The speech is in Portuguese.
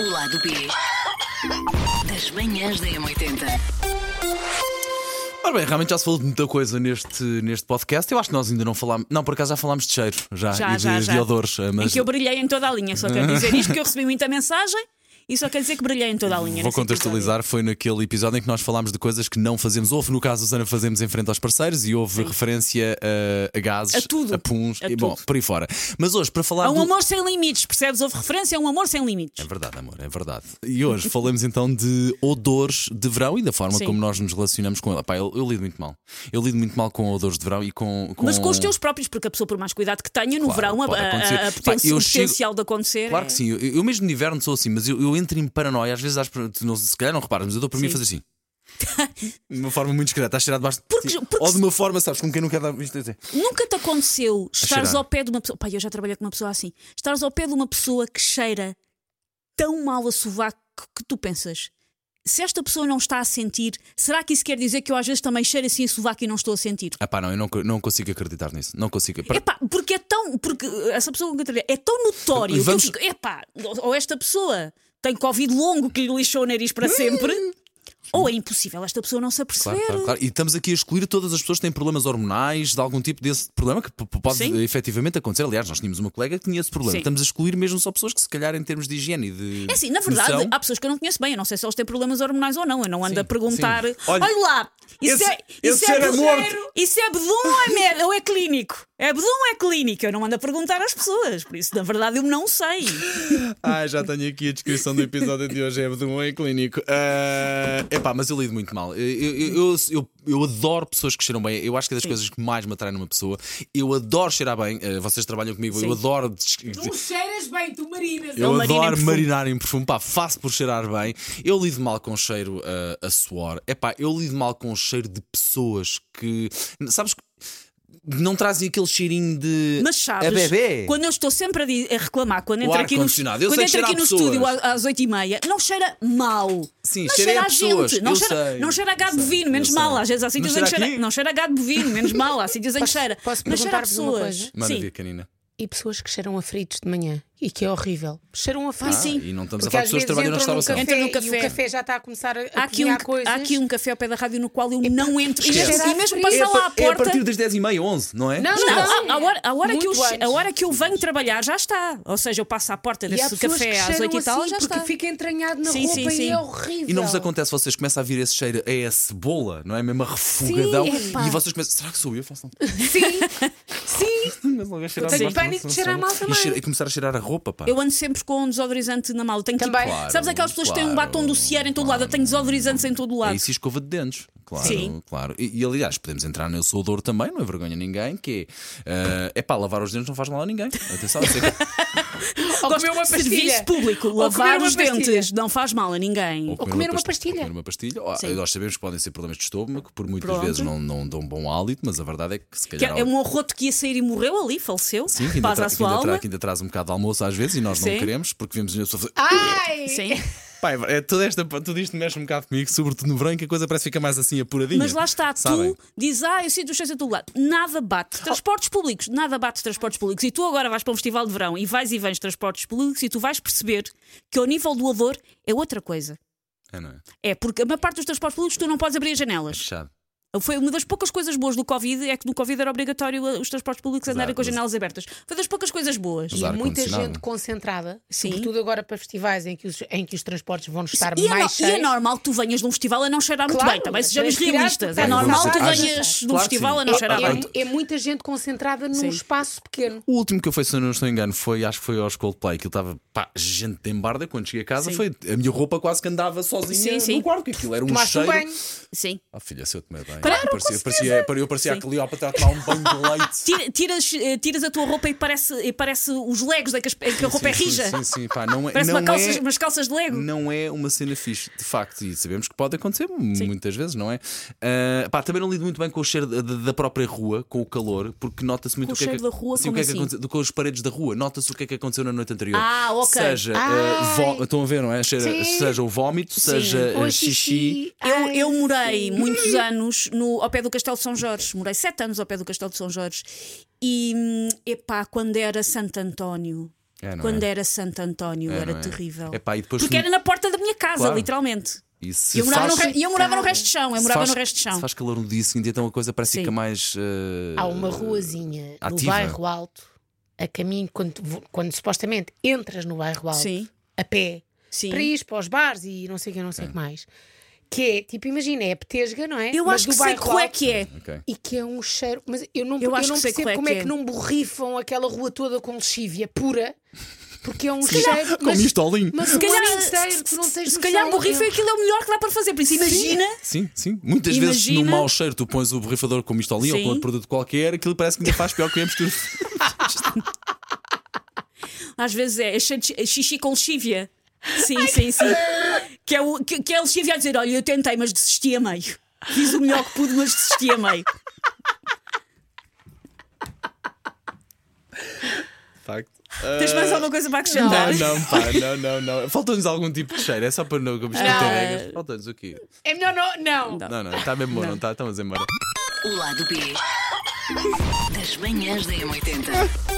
O lado B das manhãs da M80. Ora bem, realmente já se falou de muita coisa neste, neste podcast. Eu acho que nós ainda não falámos. Não, por acaso já falámos de cheiros já, Já, e de, já, já. de odores. eh, Em Mas que eu brilhei em toda a linha, só quero dizer isto que eu recebi muita mensagem e só quer dizer que brilhei em toda a linha. vou nesse contextualizar. Foi naquele episódio em que nós falámos de coisas que não fazemos. Houve, no caso, Susana, fazemos em frente aos parceiros e houve referência eh, a, gases, A tudo. puns, A e, bom, tudo. por aí fora. Mas hoje, para falar episódio. do- Há um amor sem limites, percebes? Houve referência a um amor sem limites. É verdade, amor, é verdade. E hoje falamos então de odores de verão e da forma Sim. como nós nos relacionamos com ela. Pá, eu, eu lido muito mal. Eu lido muito mal com odores de verão e com. com... Mas com os teus próprios, porque a pessoa, por mais cuidado que tenha, no Claro, verão, a, pode a- a- acontecer. a Pá, poten- eu o chego- potencial de acontecer. Claro que sim, eu, eu mesmo de inverno sou assim, mas eu, eu entro em paranoia, às vezes às, não, se calhar não reparas, mas eu dou para mim Sim. fazer assim. De uma forma muito discreta, a cheirar debaixo. Porque- Sim. porque Ou se- de uma forma, sabes, como quem não quer dar isto assim. é. Nunca te aconteceu estares cheirar. ao pé de uma pessoa. Pá, eu já trabalhei com uma pessoa assim. Estares ao pé de uma pessoa que cheira tão mal a sovaco que tu pensas. Se esta pessoa não está a sentir, será que isso quer dizer que eu às vezes também cheiro assim a sovaco e não estou a sentir? Ah pá, não, eu não, co- não consigo acreditar nisso. Não consigo. Para- Epá, porque é tão. Porque uh, essa pessoa com que eu trabalhei é tão notório que Vamos- eu fico. Epá, ou- ou esta pessoa tem Covid longo que lhe lixou o nariz para sempre, ou é impossível esta pessoa não se aperceber. Hum. Claro, claro, claro. E estamos aqui a excluir todas as pessoas que têm problemas hormonais, de algum tipo desse problema que p- p- pode Sim. efetivamente acontecer. Aliás, nós tínhamos uma colega que tinha esse problema. Sim. Estamos a excluir mesmo só pessoas que, se calhar, em termos de higiene e de. É assim, na verdade, noção- há pessoas que eu não conheço bem, eu não sei se eles têm problemas hormonais ou não, eu não ando Sim, a perguntar. sim. Olha, Olha, lá, isso esse- é, esse isso é era bedum, morto." isso é bedum ou é, med- ou é clínico? É bedum ou é clínico? Eu não ando a perguntar às pessoas, por isso, na verdade, eu não sei. Ah, já tenho aqui a descrição do episódio de hoje, é do meio clínico. Ah, epá, mas eu lido muito mal. Eu, eu, eu, eu- eu adoro pessoas que cheiram bem. Eu acho que é das coisas que mais me atraem numa pessoa. Eu adoro cheirar bem. Ah, vocês trabalham comigo, eu Sim. adoro. Tu cheiras bem, tu marinas. Eu Ele marina em adoro perfume. marinar em perfume, pá, faço por cheirar bem. Eu lido mal com cheiro ah, a suor. Epá, eu lido mal com o cheiro de pessoas que. Sabes que. Não trazem aquele cheirinho de. Mas sabes, a bebê. quando eu estou sempre a, di- a reclamar, quando entro aqui no, ar-condicionado, eu quando sei entro cheirar aqui no pessoas. estúdio a- às 8h30, não cheira mal. Sim, não cheira cheira a a pessoas, gente, não eu cheira, sei, não cheira a gado eu sei, bovino, menos eu mal. sei. Às vezes há sítios Não em que cheira cheira, aqui? não cheira a gado bovino, menos mal. Há sítios em que Posso- cheira. posso mas cheira a perguntar-vos uma pessoas. coisa? Manda Sim. vir, Canina. e pessoas que cheiram a fritos de manhã e que é horrível. Cheiram a fritos. Ah, e não estamos a falar Porque de às pessoas que vezes trabalham na entram num restauração. café Entram no E café. o café já está a começar a, a Há aqui, um, cozinhar coisas. há aqui um café ao pé da rádio no qual eu não entro. E esquece. mesmo, e mesmo É passar a lá à É a porta. partir das 10h30, 11, não é? Não, não, não. Não, a, a hora, a, hora que eu, Muito che- a antes. hora que eu venho trabalhar já está. Ou seja, eu passo à porta E há desse pessoas que café às cheiram 8 e tal assim já porque está. fica entranhado na Sim, roupa sim, e sim. é horrível. E não vos acontece, vocês começam a vir esse cheiro, é a cebola, não é? Mesmo a refogadão. Sim, epá. e vocês começam, será que sou eu? Façam. Sim, sim. Mas logo a cheirar tenho mal. pânico de cheirar mal também. E, cheira- e começar a cheirar a roupa, pá. Eu ando sempre com um desodorizante na mala. Tenho Também. tipo, Claro, sabes aquelas pessoas que têm um claro, batom do Sierra em todo lado? Eu tenho desodorizantes em todo É lado. isso e escova de dentes, claro, Sim. claro. E, e, aliás, podemos entrar nesse odor também, não é vergonha a ninguém, que é, é pá, lavar os dentes não faz mal a ninguém. Atenção, eu sei que- Ou comer uma Serviço pastilha. público, Ou comer lavar uma os pastilha. dentes não faz mal a ninguém. Ou comer uma past- pastilha. comer uma pastilha. Ou- Sim. Nós sabemos que podem ser problemas de estômago, por muitas Pronto. vezes não, não dão bom hálito, mas a verdade é que se Que calhar. há- é um arroto que ia sair e morreu ali, faleceu. Sim, que ainda, Paz tra- à que sua ainda, tra- alma. que ainda traz um bocado de almoço às vezes e nós não Sim. Ah! queremos, porque vemos a pessoa fazer. Ai! Sim. Pá, é, tudo, esta, tudo isto mexe um bocado comigo, sobretudo no verão, em que a coisa parece ficar mais assim apuradinha. Mas lá está, Sabem? tu dizes, ah, eu sinto o cheiro de todo lado. Nada Oh. bate. Transportes públicos, nada bate transportes públicos. E tu agora vais para um festival de verão e vais e vens transportes públicos e tu vais perceber que ao nível do odor é outra coisa. É, não é? É, porque a maior parte dos transportes públicos tu não podes abrir as janelas. Fechado. Foi uma das poucas coisas boas do Covid é que no Covid era obrigatório os transportes públicos andarem Exato, com as mas- janelas abertas. Foi das poucas coisas boas. Mas E ar muita condicionado. gente concentrada, Sim. sobretudo agora para festivais em que os, em que os transportes vão estar E é, mais no- e é cheios. normal que tu venhas de um festival a não cheirar muito Claro, bem, é também mas sejamos tens que tirar, realistas. tens É que normal que tirar. venhas de um Claro que festival sim. a não cheirar é- bem. é, é muita gente concentrada num Sim. espaço pequeno. O último que eu fui, se eu não estou em engano, foi, acho que foi aos Coldplay, que eu estava, pá, gente de embarda. Quando cheguei a casa, Sim. foi a minha roupa quase que andava sozinha Sim, no sim. quarto, que aquilo era um Tomaste um cheiro. banho. Sim. Ah, filha, se eu tomei bem. Claro, eu parecia, eu parecia, eu parecia a Sim. Cleópatra a tomar um banho de leite. Tira- tiras, eh, tiras a tua roupa e parece, e parece os legos em que, as- em que a roupa é Sim, rija. Sim, sim, pá, não é. Parece não uma calças- é... umas calças de lego. Não é uma cena fixe, de facto, e sabemos que pode acontecer muitas vezes, não é? Ah, pá, também não lido muito bem com o cheiro da, da própria rua, com o calor, porque nota-se muito Com o que o é que, cheiro da rua, sim, o como que é que assim? aconteceu, com as paredes da rua, nota-se o que é que aconteceu na noite anterior. Ah, ok. Seja, ah, vó- estão a ver, não é? Cheira- Sim. seja o vómito, seja Ou ah, xixi. Eu, eu morei muitos anos no, ao pé do Castelo de São Jorge. Morei sete anos ao pé do Castelo de São Jorge. E, hum, epá, quando era Santo António, É, não quando é? era Santo António, É, era não é? terrível. Epá, e depois Porque tu- era na porta da minha casa, Claro. literalmente. E se E eu morava, faz- no, re- e eu morava no resto de chão. Eu se morava faz- no resto de chão. Se faz calor no dia seguinte, então a coisa parece Sim. Ah. fica mais. eh, Há uma ruazinha no ativa. bairro alto, a caminho, quando, vo- quando supostamente entras no bairro alto, Sim, a pé, sim. para ir para os bares e não sei o que, não sei o que mais. Que é, tipo, imagina, é a Petesga, não é? Eu Mas acho do que sei bairro qual é alto. que é. ok. E que é um cheiro. Mas eu não, Eu eu acho não que sei percebo qual é como que é é. que não borrifam aquela rua toda com lexívia pura, porque é um cheiro. Comiste Mas, Olim? mas Se um calhar, ano inteiro, tu não tens se calhar o noção. borrifo é aquilo é o melhor que dá para fazer. Por isso, imagina. Sim, sim. Muitas vezes, num Imagina- mau cheiro, tu pões o borrifador com mistolim ou Sim. com outro produto qualquer, aquilo parece que ainda faz pior que a mistura. Às vezes é, é cheio de chi- é xixi com lexívia. Sim, sim, sim. Que é, o, que, que é a lexívia a dizer: olha, eu tentei, mas desisti a meio. Fiz o melhor que pude, mas desisti a meio. Facto. Tens mais alguma coisa para acrescentar? Não, Ah, não, pá, não, não, não. Falta-nos algum tipo de cheiro, é só para não, como isto não tem Ah. regras. Falta-nos o quê? É melhor não. não. Não, não, está mesmo bom, não está? Estamos embora. O lado B das manhãs da M80.